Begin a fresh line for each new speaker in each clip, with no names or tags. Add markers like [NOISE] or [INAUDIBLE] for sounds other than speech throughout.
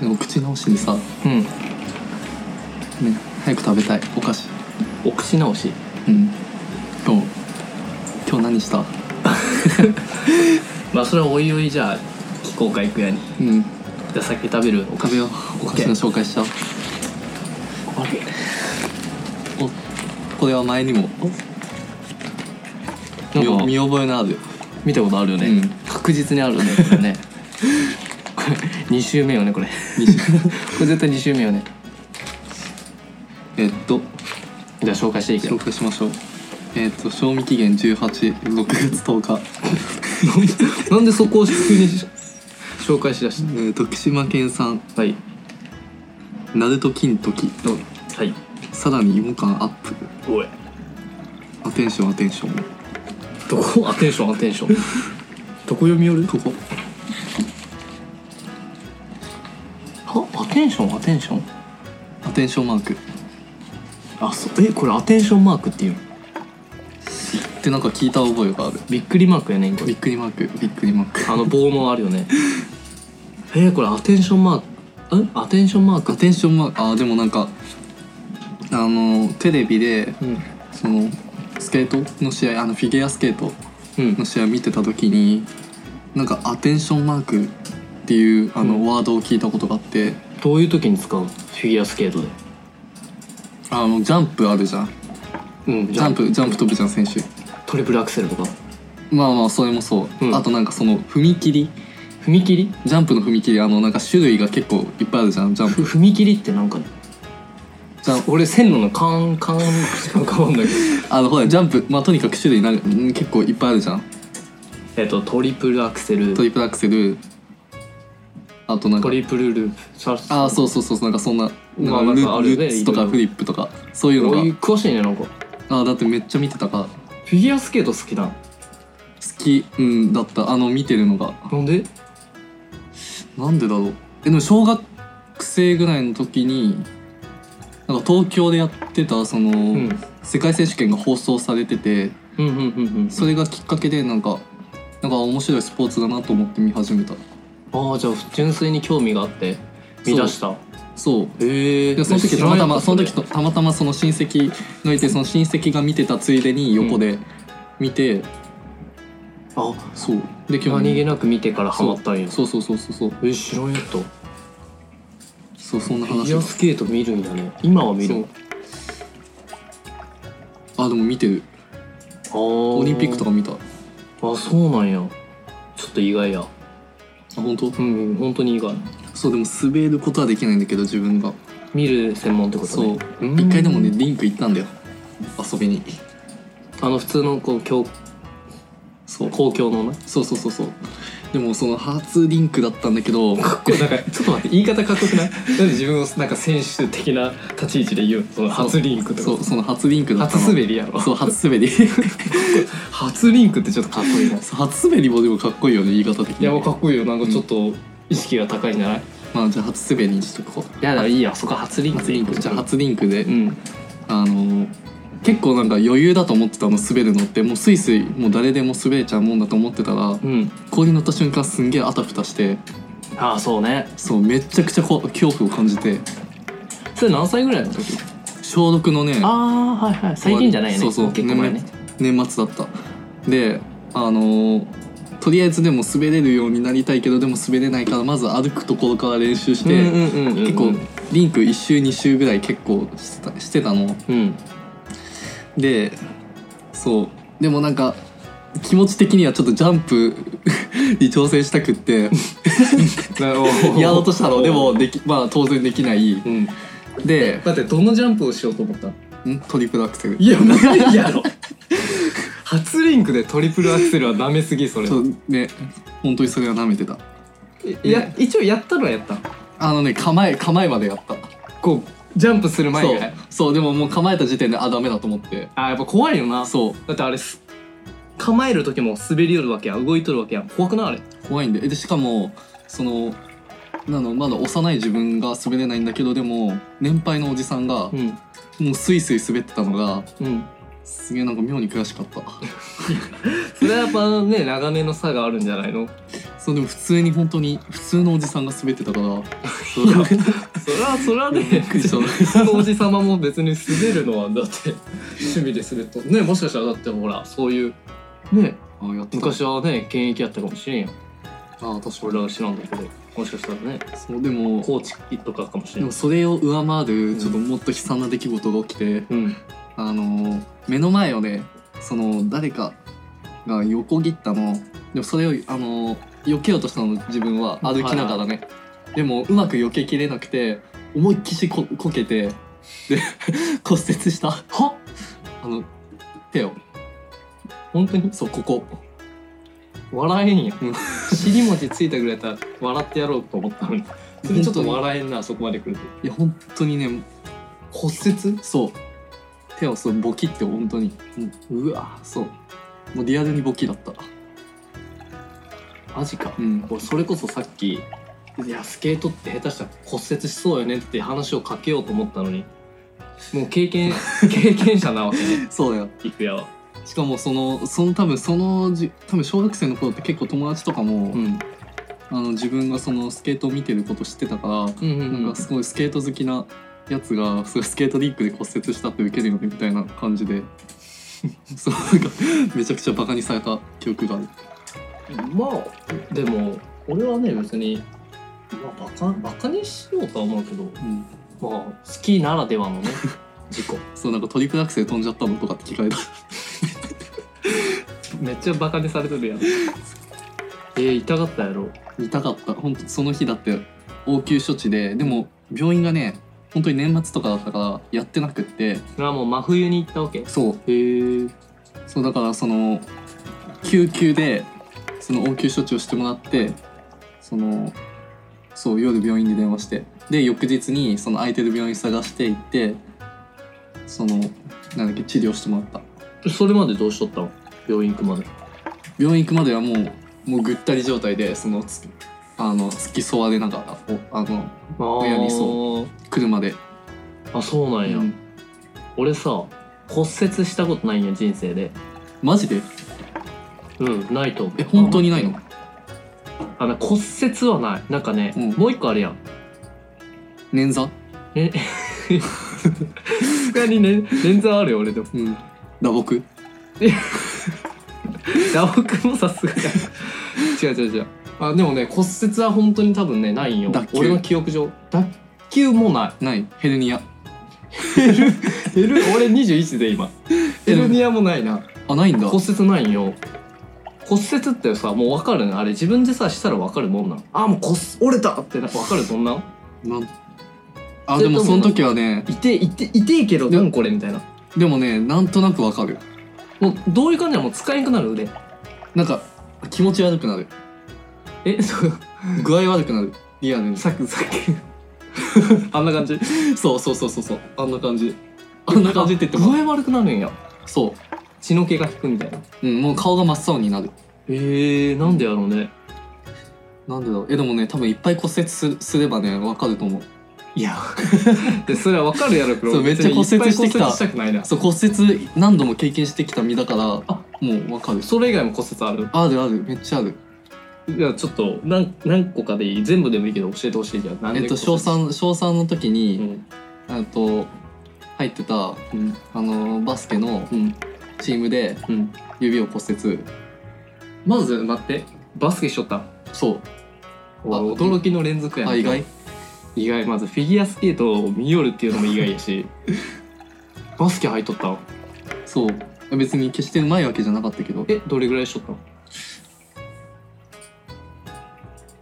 でも口直しでさ、ね、
うん
早く食べたいお菓子
お口直し
うん今日今日何した
まあそれはおいおいじゃあ非公開行くやに
うん
じゃあ先食べるおか
食べようお菓子の紹介しちゃおう
あれ
おこれは前にも見
なんか
見覚えのある
見たことあるよね、
うん
確実にあるよねこ [LAUGHS] れねこれ2周目よねこれ [LAUGHS] これ絶対2周目よね
えっと
じゃあ紹介していくよ
紹介しましょうえっと賞味期限186月10日、
[LAUGHS] なんでそこを急に紹介しだし
えー徳島県産
たはい
ナルト金時
どうはい
さらに芋感アップ
おい
アテンションアテンション
どこアテンションアテンション [LAUGHS] どこ読み寄る
ここ
はアテンションアテンション
アテンションマーク
あそうえこれアテンションマークっていうの
ってなんか聞いた覚えがある
びっくりマークやねんこ
び
れ
っくりマークびっくりマーク
あの棒のあるよねえー、これアテンションマークえアテンションマーク
アテンションマークあーでもなんかあのテレビで
うん
そのスケートの試合あのフィギュアスケート
うん
の試合を見てた時になんかアテンションマークっていうあの、
うん
ワードを聞いたことがあって
どういう時に使うのフィギュアスケートで
あのジャンプあるじゃん
うん
ジャンプジャンプ飛ぶじゃん選手
トリプルアクセルとか
まあまあそれもそう、
うん
あとなんかその踏切
踏切
ジャンプの踏切あのなんか種類が結構いっぱいあるじゃんジャ [LAUGHS] ン
ふ
プ
踏切ってなんか
ジャン
俺線路のカーンカーンしか浮かば
[LAUGHS]
んだけど
あのほらジャンプまあとにかく種類なんかうん結構いっぱいあるじゃん
えっとトリプルアクセル
トリプルアクセルあとなんか
トリプルループさ
ああそうそうそうそうなんかそんな
まあ
なんか
なんかあ
ル
るね
ルッツと
いろ
か
いろ
フリップとかそういうの
おい
が
詳しいねなんか
ああだってめっちゃ見てたから好
フィギュアスケート好きなん
き、うん、だったあの見てるのが
なんで
なんでだろうえでも小学生ぐらいの時になんか東京でやってたその、
うん
世界選手権が放送されてて
うんうんうんうん
それがきっかけでなんかなんか面白いスポーツだなと思って見始めた
ああじゃあ純粋に興味があって見出した
そう
へえ
でその時たまたまその時とたまたまその親戚がいてその親戚が見てたついでに横で見て、
あ
そうで興
何
味
気なく見てからハマったんや
そうそうそうそうそう
え知らんやったフ
そうそんな
ィ
話
ギュアスケート見るんやね今は見
そ
る
うあでも見てる
あオ
オリンピックとか見たあ
あそうなんやちょっと意外や
本当
うんうん本当に意外
そうでも滑ることはできないんだけど自分が
見る専門ってこと
そう
ねん
一回でもねリンク行ったんだよ遊びに
あの普通のこう教
そう
公共のね
そうそうそうそうでもその初リンクだったんだけど
かっこいいなん [LAUGHS] かちょっと待って言い方かっこよくないなんで自分をなんか選手的な立ち位置で言うのその初リンクとか
そうその初リンクだったの
初滑りやろ
そう初滑り
初リンクってちょっとかっこいいな
そう初滑りもでもかっこいいよね言い方的に
いやもうかっこいいよなんかちょっと意識が高いんじゃない、
まあじゃあ初滑りにしとこう
いやだいいやそこ初リンク
初リンクじゃあ初リンクで、
うん
あの結構なんか余裕だと思ってたの滑るのってもうスイスイもう誰でも滑れちゃうもんだと思ってたら
うん
氷に乗った瞬間すんげえあたふたして
ああそうね
そうめちゃくちゃこ恐怖を感じて
それ何歳ぐらいの時
消毒のね
ああはいはい最近じゃないよね
そうそう
結構前ね
年末だったであのとりあえずでも滑れるようになりたいけどでも滑れないからまず歩くところから練習して、
うんうんうんうん、
結構リンク1周2周ぐらい結構してたしてたの
うん
でそうでもなんか気持ち的にはちょっとジャンプ [LAUGHS] に挑戦したくって
[LAUGHS]
やろうとしたのでもできまあ当然できない
うん
で
だってどのジャンプをしようと思った
んトリプルアクセル
いや無理や [LAUGHS] ろ初リンクでトリプルアクセルはダメすぎそれ
そうね本当にそれは舐めてた
いや一応やったのはやった
あのね構え構えまでやった
こうジャンプする前
そ
ぐ
う
らい
そうでももう構えた時点であダメだと思って
あやっぱ怖いよな
そ
だってあれす構える時も滑り寄るわけやん動いとるわけやん怖くないあれ
う怖いんでえでしかもそのなのまだ幼い自分が滑れないんだけどでも年配のおじさんが
うん
もうスイスイ滑ってたのが
うん
すげえなんか妙に悔しかった
それはやっぱね長めの差があるんじゃないの
そうでも普通に本当に普通のおじさんが滑ってたからそ
や
れ
それはそれはね
びっくりした
そのおじ様も別に滑るのはだって趣味で滑るとねもしかしたらだってほらそういうね
あやってた
昔はね現役やったかもしれんやん
あ確か
俺らは知らんだけどもしかしたらね
にそうでも
コーチとかかもし
で
れん
もそれを上回
う
る
ん
ちょっともっと悲惨な出来事が起きて、
うん
あの目の前をねその誰かが横切ったのでもそれをあの避けようとしたの自分は
はいはい
歩きながらね、でもうまく避けきれなくて思いっきしここけてで骨折したはあの手を
本当に
そうここ
笑えんやん
うん
尻文字ついたぐらいだったら笑ってやろうと思った [LAUGHS] のにそれちょっと笑えんなそこまで来ると
いや本当にね
骨折
そう手をそうボキって本当に、うん、うわそうもうリアルにボキだった
マジか
うん
俺それこそさっきいやスケートって下手したら骨折しそうよねって話をかけようと思ったのにもう経験 [LAUGHS] 経験者なわけね
そうだよ
郁也は
しかもそのその多分そのじ多分小学生の頃って結構友達とかも、
ん
あの自分がそのスケートを見てること知ってたから、
うんう
なんかすごいスケート好きなやつがすごいスケートリンクで骨折したってウケるよねみたいな感じで [LAUGHS] そうなんかめちゃくちゃバカにされた記憶がある
まあでも俺はね別に、まあ、バカバカにしようとは思うけど
うん
まあスキーならではのね事故
そうなんかトリプルアクセル飛んじゃったのとかって聞かれた
めっちゃバカにされてるやんえー、痛かったやろ
痛かった本当その日だって応急処置ででも病院がね本当に年末とかだったからやってなくって
それはもう真冬に行ったわけへ
そう
え
そうだからその救急でその応急処置をしてもらってそのそう夜病院で電話してで翌日にその空いてる病院探して行ってそのなんだっけ治療してもらった
それまでどうしとったの病院行くまで
病院行くまではもうもうぐったり状態でそのつあの付き添われながらおあの親に
そう
車で、
あそうなんや、
うん
俺さ骨折したことないんや人生で
マジで
うんないと思う
え本当にないの
あの骨折はないなんかね、
うん
もう一個あるやん
捻挫
えさすがにね捻挫あるよ俺でも
うん打撲
打撲もさすがや違う違う違うあでもね骨折は本当に多分ねないんよ
脱臼
俺の記憶上脱臼もない
ないヘルニア
ヘル俺21で [LAUGHS] 今ヘルニアもないな
あないんだ
骨折ないんよ骨折ってさもう分かるねあれ自分でさしたら分かるもんなんあもう骨折れたってな分かるそんなん
なんあでもその時はね
痛い痛い痛いけどなんこれみたいな
でもねなんとなくわかる
もうどういう感じなのもう使えなくなる腕
なんか気持ち悪くなる
え [LAUGHS] そう
具合悪くなるリアルに
さっきさっき [LAUGHS] あんな感じ
そうそうそうそうそうあんな感じあんな感じって言っても
具合悪くなるんや
そ
血の気が引くみたいな
う、うん、もう顔が真っ青になる
えー、なんでやろうね
なんでだろうえでもね多分いっぱい骨折すすればねわかると思う
いや [LAUGHS] でそれは分かるやろ黒
そうめっちゃ骨折してきた
骨折したくないな
そう骨折何度も経験してきた身だから
あ
もうわかる
それ以外も骨折ある
あるあるめっちゃある
いやちょっと何何個かでいい全部でもいいけど教えてほしいじゃんなんで
えっと小3小3の時
う
に、
ん
えっと入ってたあ
うん
のバスケの
うん
チームで
うん
指を骨折
まず待ってバスケしとった
そう
俺驚きの連続やな
あ意外
意外まずフィギュアスケートを見よるっていうのも意外や [LAUGHS] しバスケ入っとったの
そう別に決してうまいわけじゃなかったけどえ
えどれぐらいしとったの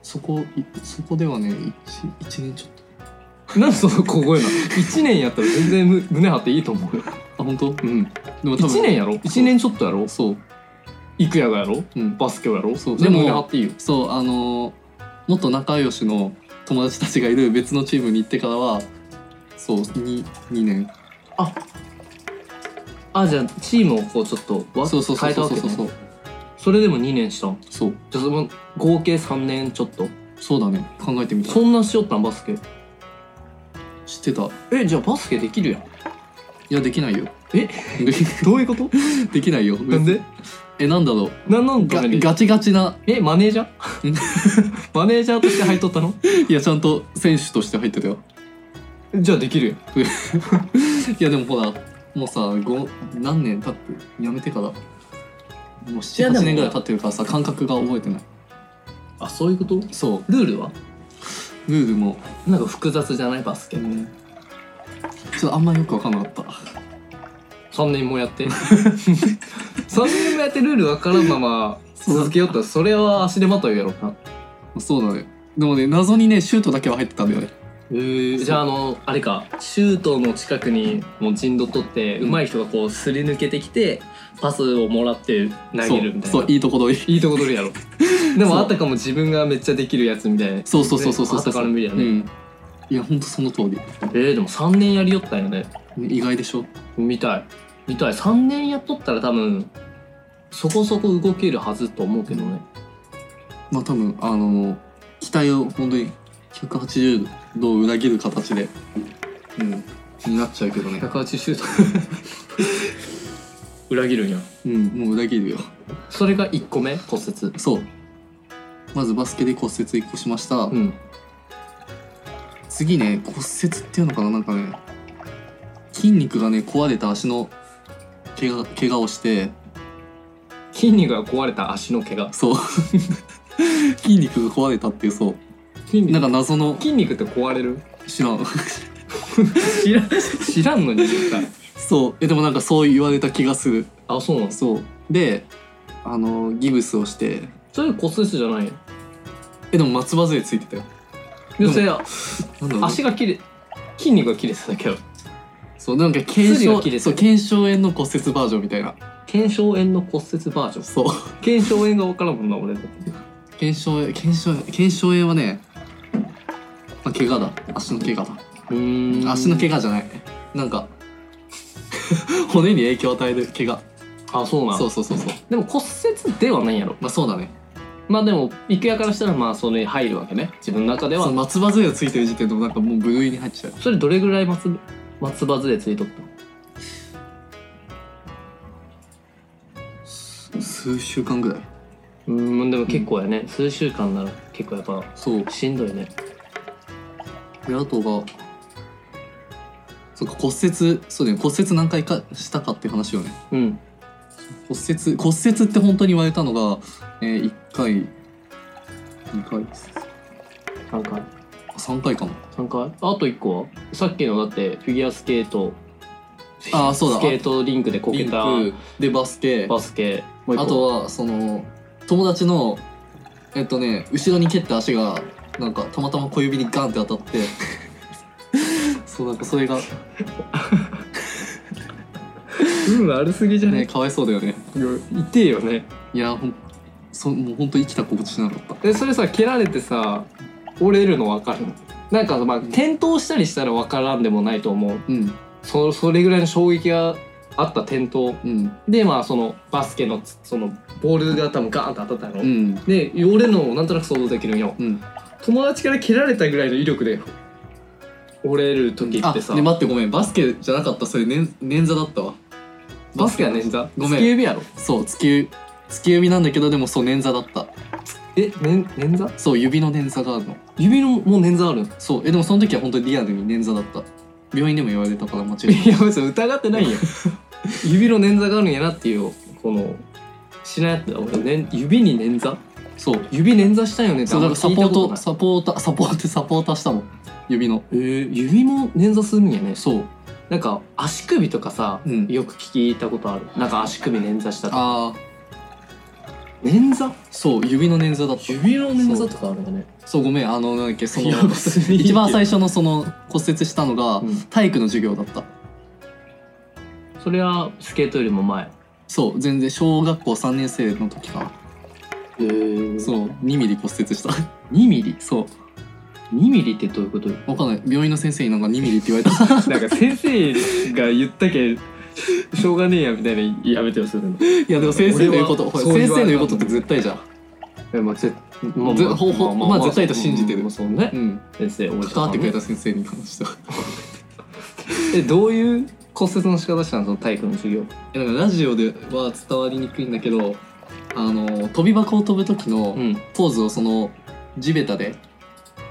そこいそこではね 1, 一年ちょっ
なんでその小 [LAUGHS] 声なの1年やったら全然む胸張っていいと思うよ
とあ本当で
うん
も多分
1年やろ1年ちょっとやろ
そう
幾夜がやろ
うん
バスケをやろ
そう
でも
でも
胸張っていいよ
そうあのー元仲良しの友達たちがいる別のチームに行ってからはそう 2, 二年
あじゃあチームをこうちょっとわ
そうそうそう
変えた
そう
わ
そ
け、
う
ね、
そう
それでも2年したん
そう
じゃあその合計3年ちょっと
そうだね考えてみた
そんなしよったんバスケ
知ってたい
えじゃあバスケできるや
[LAUGHS]
ん
やできないよで
どういうこと
できないよ
[LAUGHS] なんで
えなんだろう
何のた
が
めに
ガチガチな
えマネージャー [LAUGHS] マネージャーとして入っとったの
いやちゃんと選手として入ってたよ
[LAUGHS] じゃあできるよ
いやでもほらもうさご何年経って辞めてからもう
いやで
78
も
年ぐらい経ってるからさ感覚が覚えてない
あそういうこと
そ
ルールは
うルールも
なんか複雑じゃないバスケ
ちょっとあんまよく分かんなかった
3年もやっ
[LAUGHS]
て3年もやってルールわからんまま続けようとそれは足手まといやろうな
そうだねでもね謎にねシュートだけは入ってたんだよね
じゃああのあれかシュートの近くにもう陣取っとって
うん
上手い人がこうすり抜けてきてパスをもらって投げるみたいな
そうそういいとこどり
いいとこ取るやろ
[LAUGHS]
で
そ
も
う
あたかも自分がめっちゃできるやつみたいな
そうそうそうそうそうそ
あた
う
から無理や
う
ね、
んいやほんとその通りね
えー、でも3年やりよったんよね
意外でしょ
見たい見たい3年やっとったら多分そこそこ動けるはずと思うけどね
まあ多分あの期待を本当に180度裏切る形でうんになっちゃうけどね
180シ
[LAUGHS]
ュート裏切るんや
うんもう裏切るよ
それが1個目骨折
そうまずバスケで骨折1個しました、
うん
次ね骨折っていうのかななんかね筋肉がね壊れた足の怪我怪我をして
筋肉が壊れた足の怪我
そう [LAUGHS] 筋肉が壊れたっていうそう
筋
なん
肉
か謎の
筋肉って壊れる
知らん
知らん知らんのに絶対
そうえでもなんかそう言われた気がする
あそうなんです
そうであのギブスをして
それ骨折じゃないよ
えでも松葉杖ついてたよ
で
でも
それは
なんだろう
足が切れ筋肉が切れてたけど
そうなんか腱
筋が
鞘
切れてる
そう腱鞘炎の骨折バージョンみたいな
腱鞘炎の骨折バージョン
そう
腱鞘炎が分からんもんな俺だって
腱鞘炎腱鞘炎腱鞘炎はね、まあ、怪我だ足の怪我だ
うーん
足の怪我じゃないなんか [LAUGHS] 骨に影響を与える怪我
あそうなん
そうそうそうそう
でも骨折ではないんやろ
まあそうだね
まあでも育やからしたらまあそれに入るわけね自分の中で
その
は
松葉杖がついてる時点でもなんかもう部類に入っちゃう
それどれぐらい松松葉杖ついとった
数週間ぐらいう
ーんでも結構やね、数週間なら結構やっぱ
そう
しんどいね
であとがそうか骨折そうだよね骨折何回かしたかっていう話よね
うん
骨折骨折って本当に言われたのが、えー、1回2回
3回
3回かも
3回あと1個はさっきのだってフィギュアスケート
あーそうだ
スケートリンクでこけた
リンクでバスケ
バスケもう一個
あとはその友達のえっとね後ろに蹴った足がなんかたまたま小指にガンって当たって [LAUGHS] そうなんかそれが
運悪すぎじゃ
ねかわいそうだよね
痛えよね
いやほんそもう本当生きた心地しなかった
えそれさ蹴られてさ折れるの分かるのなんかまあ転倒したりしたら分からんでもないと思う
うん
そそれぐらいの衝撃があった転倒
うん
でまあそのバスケのつそのボールが多分ガーンと当たったの、
うん
で折れるのをなんとなく想像できるんよ
うん
友達から蹴られたぐらいの威力で折れる時
あ
ってさ
ね待ってごめんバスケじゃなかったそれ捻捻挫だったわ
バスケは捻挫
ごめん
突き指やろ
そう突き指突き指なんだけどでもそう捻挫だった
え、ね、捻挫
そう指の捻挫があるの
指のもう捻挫ある
そうえでもその時は本当にリアルに捻挫だった病院でも言われたから間違いない
いや別に疑ってないよ [LAUGHS] 指の捻挫があるんやなっていうこのしないやつだ俺、ね、指に捻挫
そう
指捻挫したよねって
そ
あ
うんだ
ま
からサ
聞い
ポ
たこ
ー
と
ト
ない
サポーターサポートサポーターしたもん指の
えー指も捻挫するんやね
そう
なんか足首とかさ、
うん
よく聞いたことあるなんか足首捻挫したとか
ああ
捻挫
そう指の捻挫だった
指の
捻挫
とかあるんだね
そうごめんあのなんだっけその
いや別にいいけど
一番最初のその骨折したのが
うん
体育の授業だった
それはスケートよりも前
そう全然小学校3年生の時か
え
な
そう
そう2ミリ骨折した
2ミリ
そう
2ミリってどういうこと
わかんない病院の先生になんか2ミリって言われ
[LAUGHS]
た
なんか先生が言ったけしょうがねえやみたいなやめてよするの
いやでも先生の言うこと
俺は
ほら
そう
先
言わ
生
れた
の言うことって絶対じゃん
えまあぜま
ぜほほまあ絶対と信じてる
まあそうね
うん
先生お医者
関わってくれ
さんね
た先生に関しては
えどういう骨折の仕方したのその体育の授業
いやなんかラジオでは伝わりにくいんだけどあの飛び箱を飛ぶ時の
ん
ポーズをその地べたで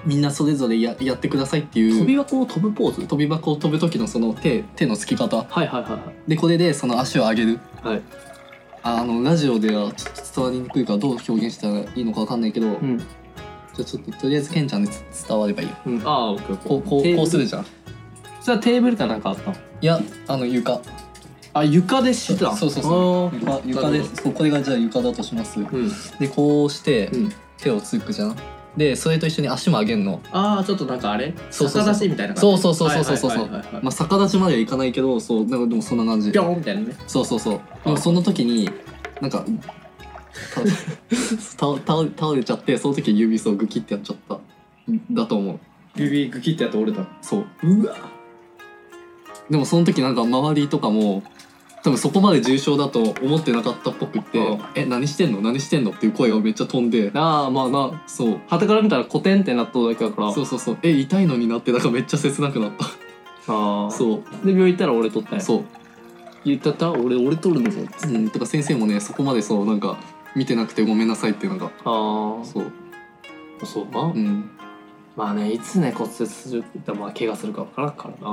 みんなそれぞれややってくださいっていう
飛び箱を飛ぶポーズ
飛び箱を飛ぶ時のその手手のつき方
はいはいはい
でこれでその足を上げる
はいはい
あのラジオではちょっと伝わりにくいからどう表現したらいいのかわかんないけど、じ
ん、
ゃあちょっととりあえずケンちゃんで伝わればいいよ
うん、ああオッケーオッケー
こうこ
テ
う
ーブル
こうするじゃんい
それはテーブルかなんかあったの
やあの床
あ床でしてた
そうそうそうう床床
な
で
るほ
そうこれがじゃあ床だとします
うん
でこうして
うん
手をつくじゃんでそれと一緒に足も上げんの
ああちょっとなんかあれ
そうそうそう
逆立ちみたいな感じ
そうそうそうそうそうそう
はいはいはいはいはい
まあ逆立ちまではいかないけどそうなんかでもそんな感じ
ピョンみたいなね
そうそうそうでもその時になんか倒れ倒倒れ倒れちゃってその時指そうグキってやっちゃっただと思う
指グキってやって折れた
そう
うわ
でもその時なんか周りとかも多分そこまで重傷だと思ってなかったっぽくって
うん
「え何してんの何してんの?」っていう声がめっちゃ飛んで
ああまあな
そう
はたから見たらコテンってなっただけだから
そうそうそうえ痛いのになってだからめっちゃ切なくなった
ああ
そう
で病院行ったら俺取ったんや
そう
言ったった俺俺取るんだぞ
うんとか先生もねそこまでそうなんか見てなくてごめんなさいってなんか
あ
そう
あそうか、
うん
まあねいつね骨折するってまあ怪我するか分からんから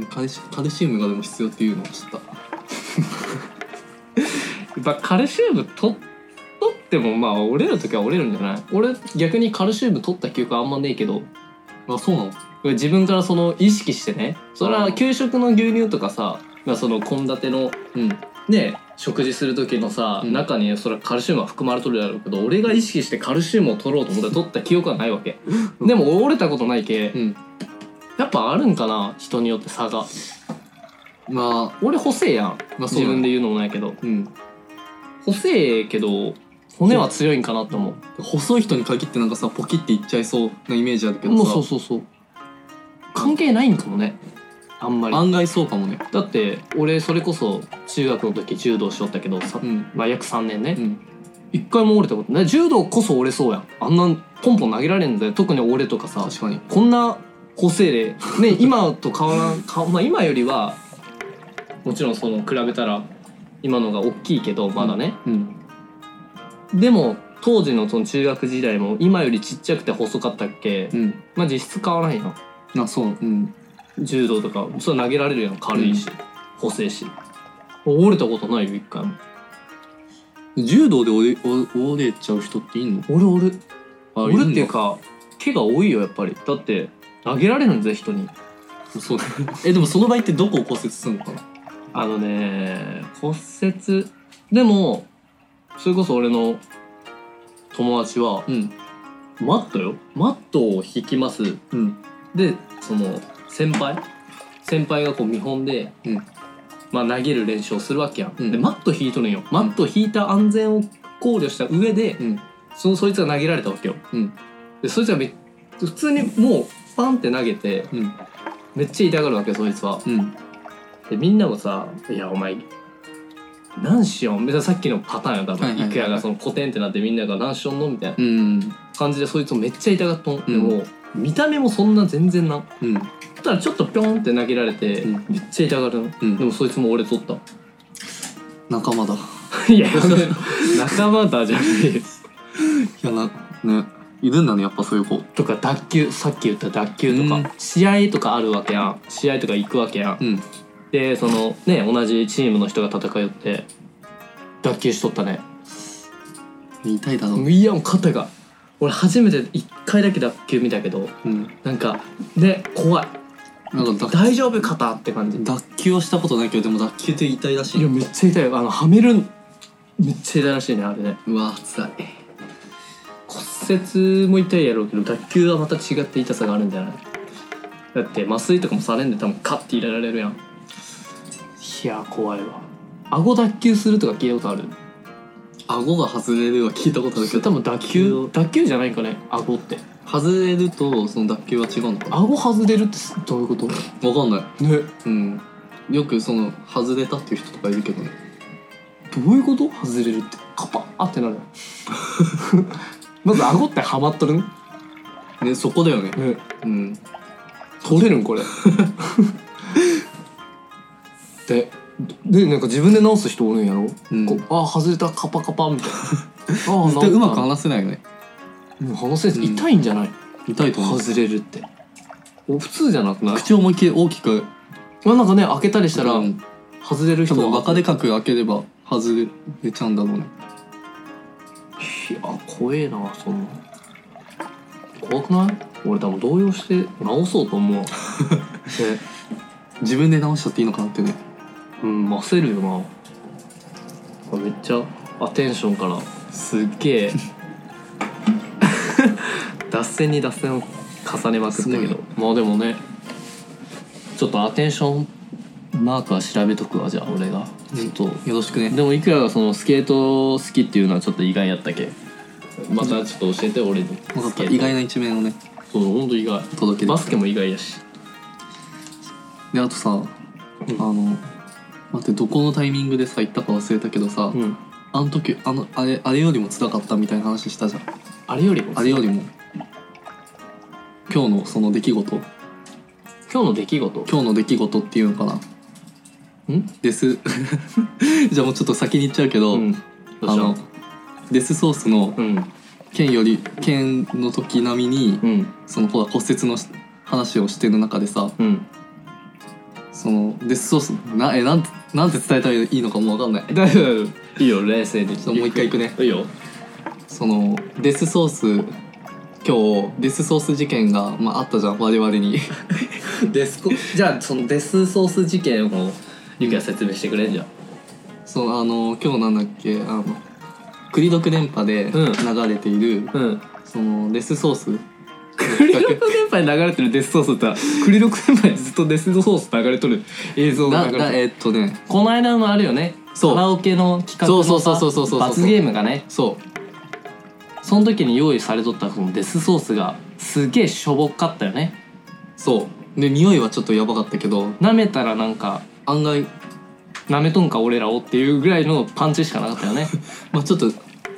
な
カルシカルシウムがでも必要っていうのを知った
まあカルシウムと取ってもまあ折れる時は折れるんじゃない俺逆にカルシウム取った記憶あんまねえけど
あそうなの
自分からその意識してねそれ
あ
は
ー
給食の牛乳とかさまあその献立の
うん
ね食事する時のさ、
うん
中にそれはカルシウムは含まれとるだろうけど俺が意識してカルシウムを取ろうと思って取った記憶はないわけでも折れたことないけ
うん
やっぱあるんかな人によって差が
まあ
俺細えやん
まあそうだ
自
ね
分で言うのもないけど
うん
細えけど骨は強いんかなって思う
細い人に限ってなんかさポキっていっちゃいそうなイメージあるけど
もう
さ
そうそうそう関係ないんかもねあんまり
案外そうかもね
だって俺それこそ中学の時柔道しよったけどさ、
うん
まあ、約3年
う
ね
ん
一、回も折れたことない柔道こそ折れそうやんあんなポンポン投げられんで特に俺とかさ
確かに
こんな細いで、ね、 [LAUGHS] 今と変わらん変わまあ、今よりはもちろんその比べたら今のが大きいけどまだね、
うん
でも当時のその中学時代も今よりちっちゃくて細かったっけ、
うん
まあ実質変わらんやん
あそううん
柔道とかそう投げられるやん軽いし、細いし折れたことないよ一回も
柔道で折れ折折れちゃう人っていいの
俺折る
あ
折るってい
る
うか毛が多いよやっぱりだって投げられるんぜ人に
そうだえでもその場合ってどこを骨折するのかな
あのね骨折でもそれこそ俺の友達は
うん
マットよマットを引きます
うん
でその先輩先輩がこう見本で、
うん
まあ、投げる練習をするわけやん、
うん
でマット引いとるんよマット引いた安全を考慮した上で、
うん
そのそいつが投げられたわけよ、
うん
でそいつはめ普通にもうパンって投げて
うん
めっちゃ痛がるわけよそいつは
うん
でみんなもさ「いやお前何しよん」みたいなさっきのパターンよ多
はい
分
はいはい
郁也がそのコテンってなってみんなが「何しよんの?」みたいな
うん
感じでそいつもめっちゃ痛がっとん、
ん
でも見た目もそんな全然なん
うん
そしたらちょっとピョンって投げられて、
うん
めっちゃ痛がるの、
うん
でもそいつも俺取った
仲間だい
[LAUGHS] いや仲間だじゃねえ
やなねいるんだねやっぱそういう子
とか脱臼さっき言った脱臼と
うん
か試合とかあるわけやん試合とか行くわけやん
うん
でそのね同じチームの人が戦いよって脱臼しとったね
痛いだろう
いやもう肩が俺初めて1回だけ脱臼見たけど
うん
なんかね怖い
なんか脱
大丈夫肩って感じい
脱臼をしたことないけどでも脱臼って痛いらしい
やめっちゃ痛いあのはめるめっちゃ痛いらしいねあれね
うわ辛い
骨折も痛いやろうけど脱臼はまた違って痛さがあるんじゃないだって麻酔とかもされんで多分カッて入れられるやんいや怖いわ顎脱臼するとか聞いたことある
顎が外れるは聞いたことある
そ
け
れ多
ど
分脱臼脱臼じゃないかね顎って
外れるとその脱臼は違うのかな
顎外れるってどういうことね
わかんないうんよくその外れたっていう人とかいるけどね
どういうこと外れるってカパーって [LAUGHS] なるまず顎ってハマっとるん
ねそこだよね
ね
うん
取れるんこれででなんか自分で直す人おるんやろ、
うん
こうあー外れたカパカパみた
[LAUGHS]
いなあー
絶対うまく
なんか
話せないよね
うん話せず痛いんじゃない、
痛いと思う
外れるってお普通じゃなくない
口を思いっきり大きく
まあなんかね開けたりしたら
うん
外れる
多
人
分
は
バカでかく開ければ外れちゃうんだろうね
いや怖えなそんな怖くない俺多分動揺して直そうと
[LAUGHS]
思うわで
自分で直しちゃっていいのかなってね
うん焦るよなこれめっちゃアテンションからすっげえ [LAUGHS] 脱線に脱線を重ねまくった
すご
け
いね
どまあでもねちょっとアテンションマークは調べとくわじゃあ俺がちょっと、
よろしくね
でもいくらがそのスケート好きっていうのはちょっと意外やったけまたちょっと教えて俺に
分かった意外
な
な一面をね
そう本当意外
お届けで
バ
き
ス
た
ケも意外やし
であとさ、あの待ってどこのタイミングでさ言ったか忘れたけどさ、
ん
あの時あのあれあれよりも辛かったみたいな話したじゃん
あれよりも
あれよりも今日のその出来事
今日の出来事
今日の出来事っていうのかなんです [LAUGHS] じゃあもうちょっと先に言っちゃうけど、
うん
あのデスソースの
うん
剣より剣の時並みに、
うん
そのほら骨折のし話をしてる中でさ
うん
[LAUGHS] そのデスソースなえなんてなんて伝えたらいいのかもう分かんない
大丈夫いいよ冷静に
ちょっともう一回行くね
いいよ
そのデスソース今日デスソース事件が、まあ、あったじゃん我々に [LAUGHS]
デスコじゃあそのデスソース事件をゆきは説明してくれんじゃん
そのあの今日なんだっけあのクリドク連覇で
うん
流れている、
うん
そのデスソース
クリロク電波に流れてるデスソースって言ったらクリロク電波にずっとデスソース流れとる映像が
な
流れ
な
てる
えっとね
この間のあるよね
そう
カラオケの企画のさ
そうそうそうそうそうそう
罰ゲームがね
そう
その時に用意されとったそのデスソースがすげえしょぼかったよね
そうで匂いはちょっとやばかったけど
舐めたらなんか
案外、
舐めとんか俺らをっていうぐらいのパンチしかなかったよね
まあ、ちょっと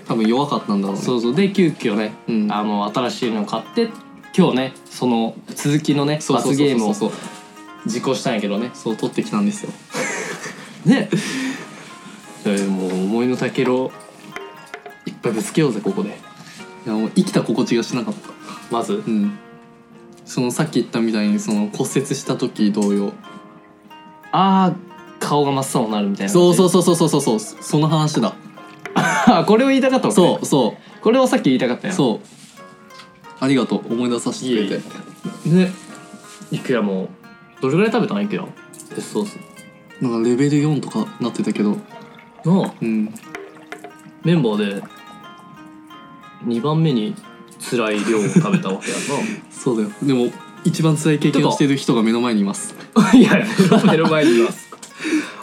多分弱かったんだろうね
そうそうで急遽ね、
うん
あの新しいのを買って今日ねその続きのね
そうそうそ
罰
う
ゲームを
そうそう
実行したんやけどね
そう取ってきたんですよ
ねじゃあもう思いの丈をいっぱいぶつけようぜここで
いやもう生きた心地がしなかった
まず
うんそのさっき言ったみたいにその骨折した時同様
あー顔が真っ青になるみたいな
そうそううそうそうそうそうそうその話だ
これを言いたかったのね
そうそう
これをさっき言いたかったよ
そうありがとう思い出させてくれて
いえいねいくらもどれぐらい食べたのいくらデスソース
なんかレベル4とかなってたけど
の
うん
メンバーで2番目に辛い量を食べたわけや
そうだよでも一番辛い経験をしてる人が目の前にいます
ないや目の前にいます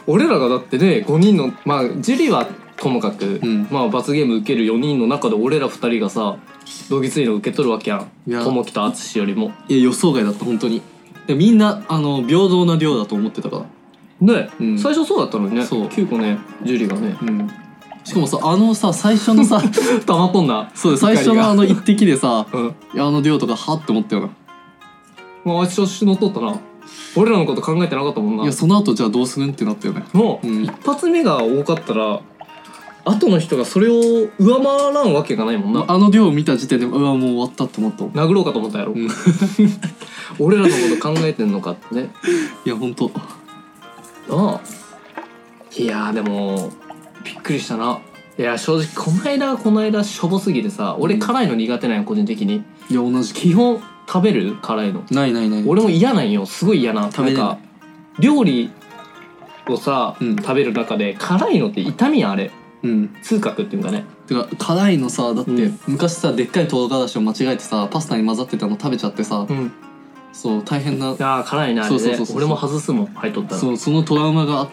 俺らがだってね5人のまあジュリはともかく、
ん
まあ罰ゲーム受ける4人の中で俺ら2人がさ同月いの受け取るわけやん
いや
友樹と淳よりも
いや予想外だった本当にでみんなあの平等な量だと思ってたか
ね、
うん
最初そうだったのにね
そう
9個ねジュリがね
らうんしかもさあのさ最初の
[LAUGHS]
さ
溜まっとんな
そうだよ最初のあの一滴でさ
うん
いやあの量とかはって思ったよな
まあ、あいつ調子乗っとったな俺らのこと考えてなかったもんない
やその後じゃあどうするんってなったよね
もう、
うん
一発目が多かったら後の人がそれを上回らんわけがないもんな、
あの量を見た時点でうわもう終わったって思ったもん
殴ろうかと思ったやろ、
ん
[LAUGHS] 俺らのこと考えてんのかってね
いや本当
ああいやーでもびっくりしたないや正直この間この間しょぼすぎてさ俺辛いの苦手なんよ個人的に
いや同じ
基本食べる辛いの
ないないない
俺も嫌なんよすごい嫌な
食べれない
んか料理をさ、
うん
食べる中で辛いのって痛みやんあれ
うん
痛覚っていうかね
てか辛いのさだって、
うん
昔さでっかい唐辛子を間違えてさパスタに混ざってたの食べちゃってさ、
うん
そう大変な
ああ辛いなあれね
そうそうそうそう
俺も外すもん入っとったら
そうそのトラウマがあっ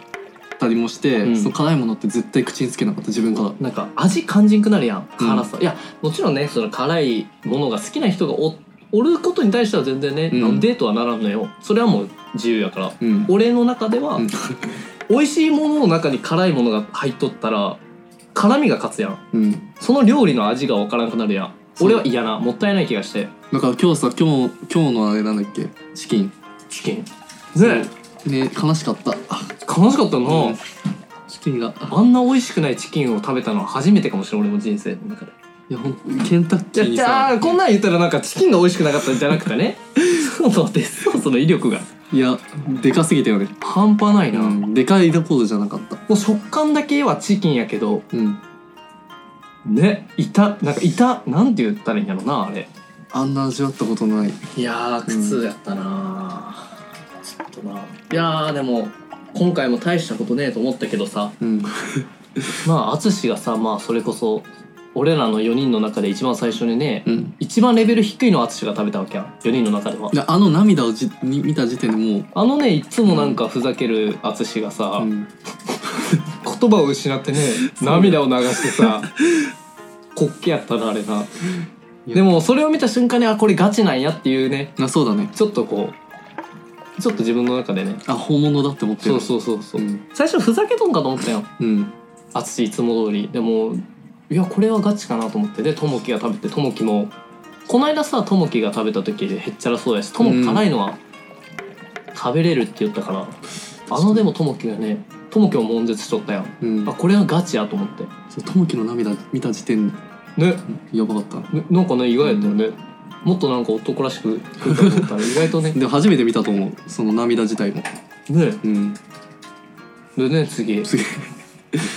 たりもして、
うん
その辛いものって絶対口につけなかった自分から
なんか味感じんくなるやん
うん
辛さ、いやもちろんねその辛いものが好きな人がおおることに対しては全然ね、
うん
なん、デートはならんのよそれはもう自由やから
うん
俺の中では、
うん
美味しいものの中に辛いものが入っとったら辛みが勝つやん
うん
その料理の味がわからなくなるやん
そう
俺は嫌なもったいない気がして
だから今日さ今日今日のあれなんだっけチキン
チキン
そう
ね
ね悲しかった
悲しかったな、
うんチキンが
あんな美味しくないチキンを食べたのは初めてかもしれない俺も人生の中で
いやほんケンタッキー
いやあ
さ
ーこんなん言ったらなんかチキンが美味しくなかったんじゃなくてねそのデスソースの威力が
いやでかすぎたよね、
半端ないな、
う
も
ん、でかいどころじゃなかった
う食感だけはチキンやけど
うん
ねいたなんかいたなんて言ったらいいんやろうなあれ
あんな味わったことない
いやー苦痛やったなー、ちょっとないやーでも今回も大したことねえと思ったけどさ
うん
まあ淳がさまあそれこそ俺らの4人の中で一番最初にね
うん
一番レベル低いのを淳が食べたわけやん4人の中では
であの涙をじに見た時点でもう
あのねいつもなんかふざける淳がさ、
うん
言葉を失ってね涙を流して [LAUGHS] さ滑稽やったなあれない
や
でもそれを見た瞬間にあこれガチなんやっていうね
あそうだね
ちょっとこうちょっと自分の中でね
あ本物だって思って
そ
る
うそうそうそう、
うん、
最初ふざけとんかと思ったよ
うん、
淳いつも通りでもいやこれはガチかなと思ってでともきが食べてともきもこの間さともきが食べた時へっちゃらそうやしとも
うん
き辛いのは食べれるって言ったから、あのでもともきがねともきも悶絶しとったやん
うん
あ、これはガチやと思って
そうトモキの涙見た時点
ね
やばかった
ねなんかね意外やったよね、もっとなんか男らしく食うかと思 [LAUGHS] ったら意外とね
でも初めて見たと思うその涙自体も
ね
うん
でね次
すげえ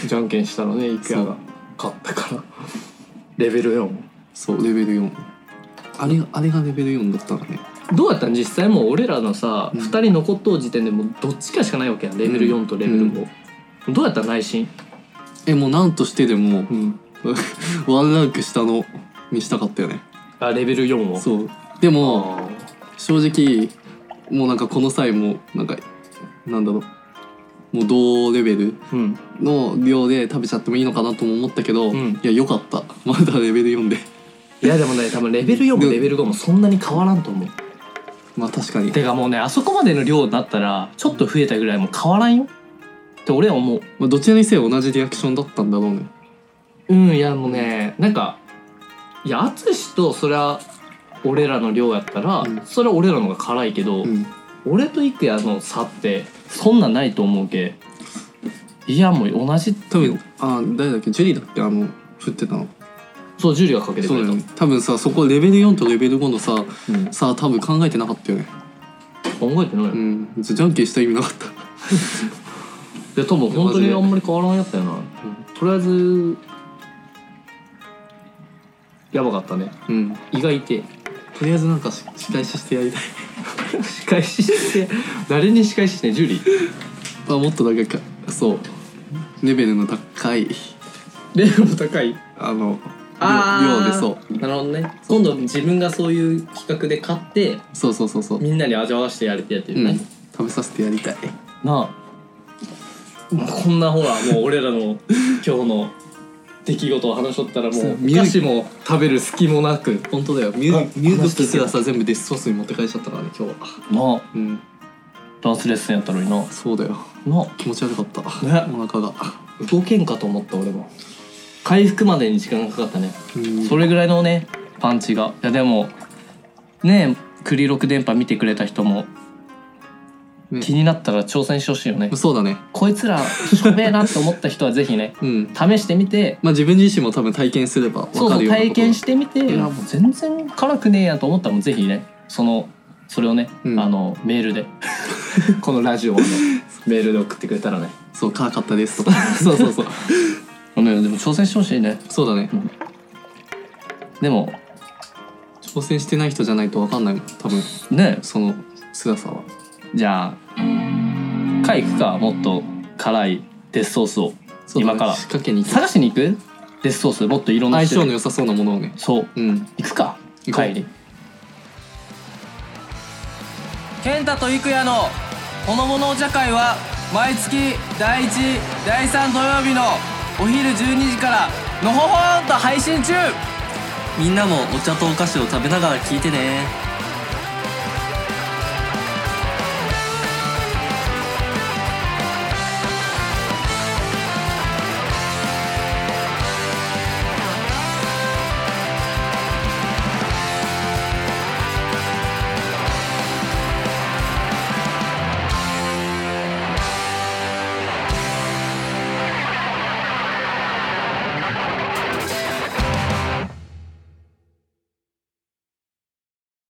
じゃんけんしたらねイクヤが勝ったからレベル4
[LAUGHS] そうレベル4あれあれがレベル4だったからね
どうやったん実際もう俺らのさ、
うん
二2人残っとう時点でもうどっちかしかないわけやんレベル4とレベル5、どうやった内心、
えもう何としてでも [LAUGHS]
うん、
ワンランク下のにしたかったよね
あレベル4を
そうでも
あ
正直もうなんかこの際もなんかなんだろうもう同レベル
ーうん
の量で食べちゃってもいいのかなとも思ったけど、
うん
いや良かったまだレベル4で
いやでもね多分レベル4もレベル5もそんなに変わらんと思う
まあ確かに
てかもうねあそこまでの量になったらちょっと増えたぐらいもう変わらんよって俺は思う
まあ、どちらにせよ同じリアクションだったんだろうね
うんいやもうねなんかいや淳とそりゃ俺らの量やったら、
うん
それは俺らの方が辛いけど、
うん
俺と郁也の差ってそんなないと思うけいやもう同じ
多分あ誰だっけジュリーだっけあの振ってたの
そうジュリがかけてく
そう
れ
だ
た
よね多分さそこレベル4とレベル5のさ
うん
さ多分考えてなかったよね
考えてないよ、
うんじゃんけんした意味なかっ
で多分本当にあんまり変わらんやったよな、とりあえずやばかったね
たうん
胃
[LAUGHS]
が痛い
とりあえずなんかし仕返ししてやり [LAUGHS] たい
仕返しして誰に仕返ししてんジュリ
あもっとだけかそうレベルの高い
レベルも高い
あの
あー
量でそう
なるほどね今度自分がそういう企画で買って
そうそうそうそう、
みんなに味わわせてやりてやって
う
るね、
ん、食べさせてやりたい
な
もうこんなほらもう俺らの今日の出来事を話しとったらも
そう
う
見
お
る
菓子も食べる隙もなく
本当だよミュ
あ
ーミューズ
話して
好
る
きはさ全部デスソースに持って帰っちゃったからね今日は
な
うん
ダンスレッスンやったのにな
そうだよ
な
気持ち悪かった
ね
お腹が
動けんかと思った俺も回復までに時間がかかったね
うん
それぐらいのねパンチがいやでもねえクリロク電波見てくれた人も
ね
気になったら挑戦してほしいよね
そうだね
こいつらしょべえなって思った人はぜひね
うん
試してみて
まあ自分自身も多分体験すればわ
そう
か
そ
る
う
ようなこと
体験してみて、
ん
いやもう全然辛くねえやと思ったらもうぜひねそのそれをね、
うん
あのメールで [LAUGHS] このラジオのメールで送ってくれたらね
そう辛かったです [LAUGHS] とか
そうそうそう [LAUGHS] あのねでも挑戦してほしいね
そうだね
でも
挑戦してない人じゃないとわかんないもん多分
ね
その辛さは
じゃあかいくかもっと辛いデスソースを
そうだね
今から
仕掛けに行き
探しに行くデスソースもっといろんな
相性
種
の
類
良さそうなものをね
そう
うん
行くか
行こう
帰り健太と郁也のほのぼのお茶会は毎月第1第3土曜日のお昼12時からのほほんと配信中
みんなもお茶とお菓子を食べながら聞いてね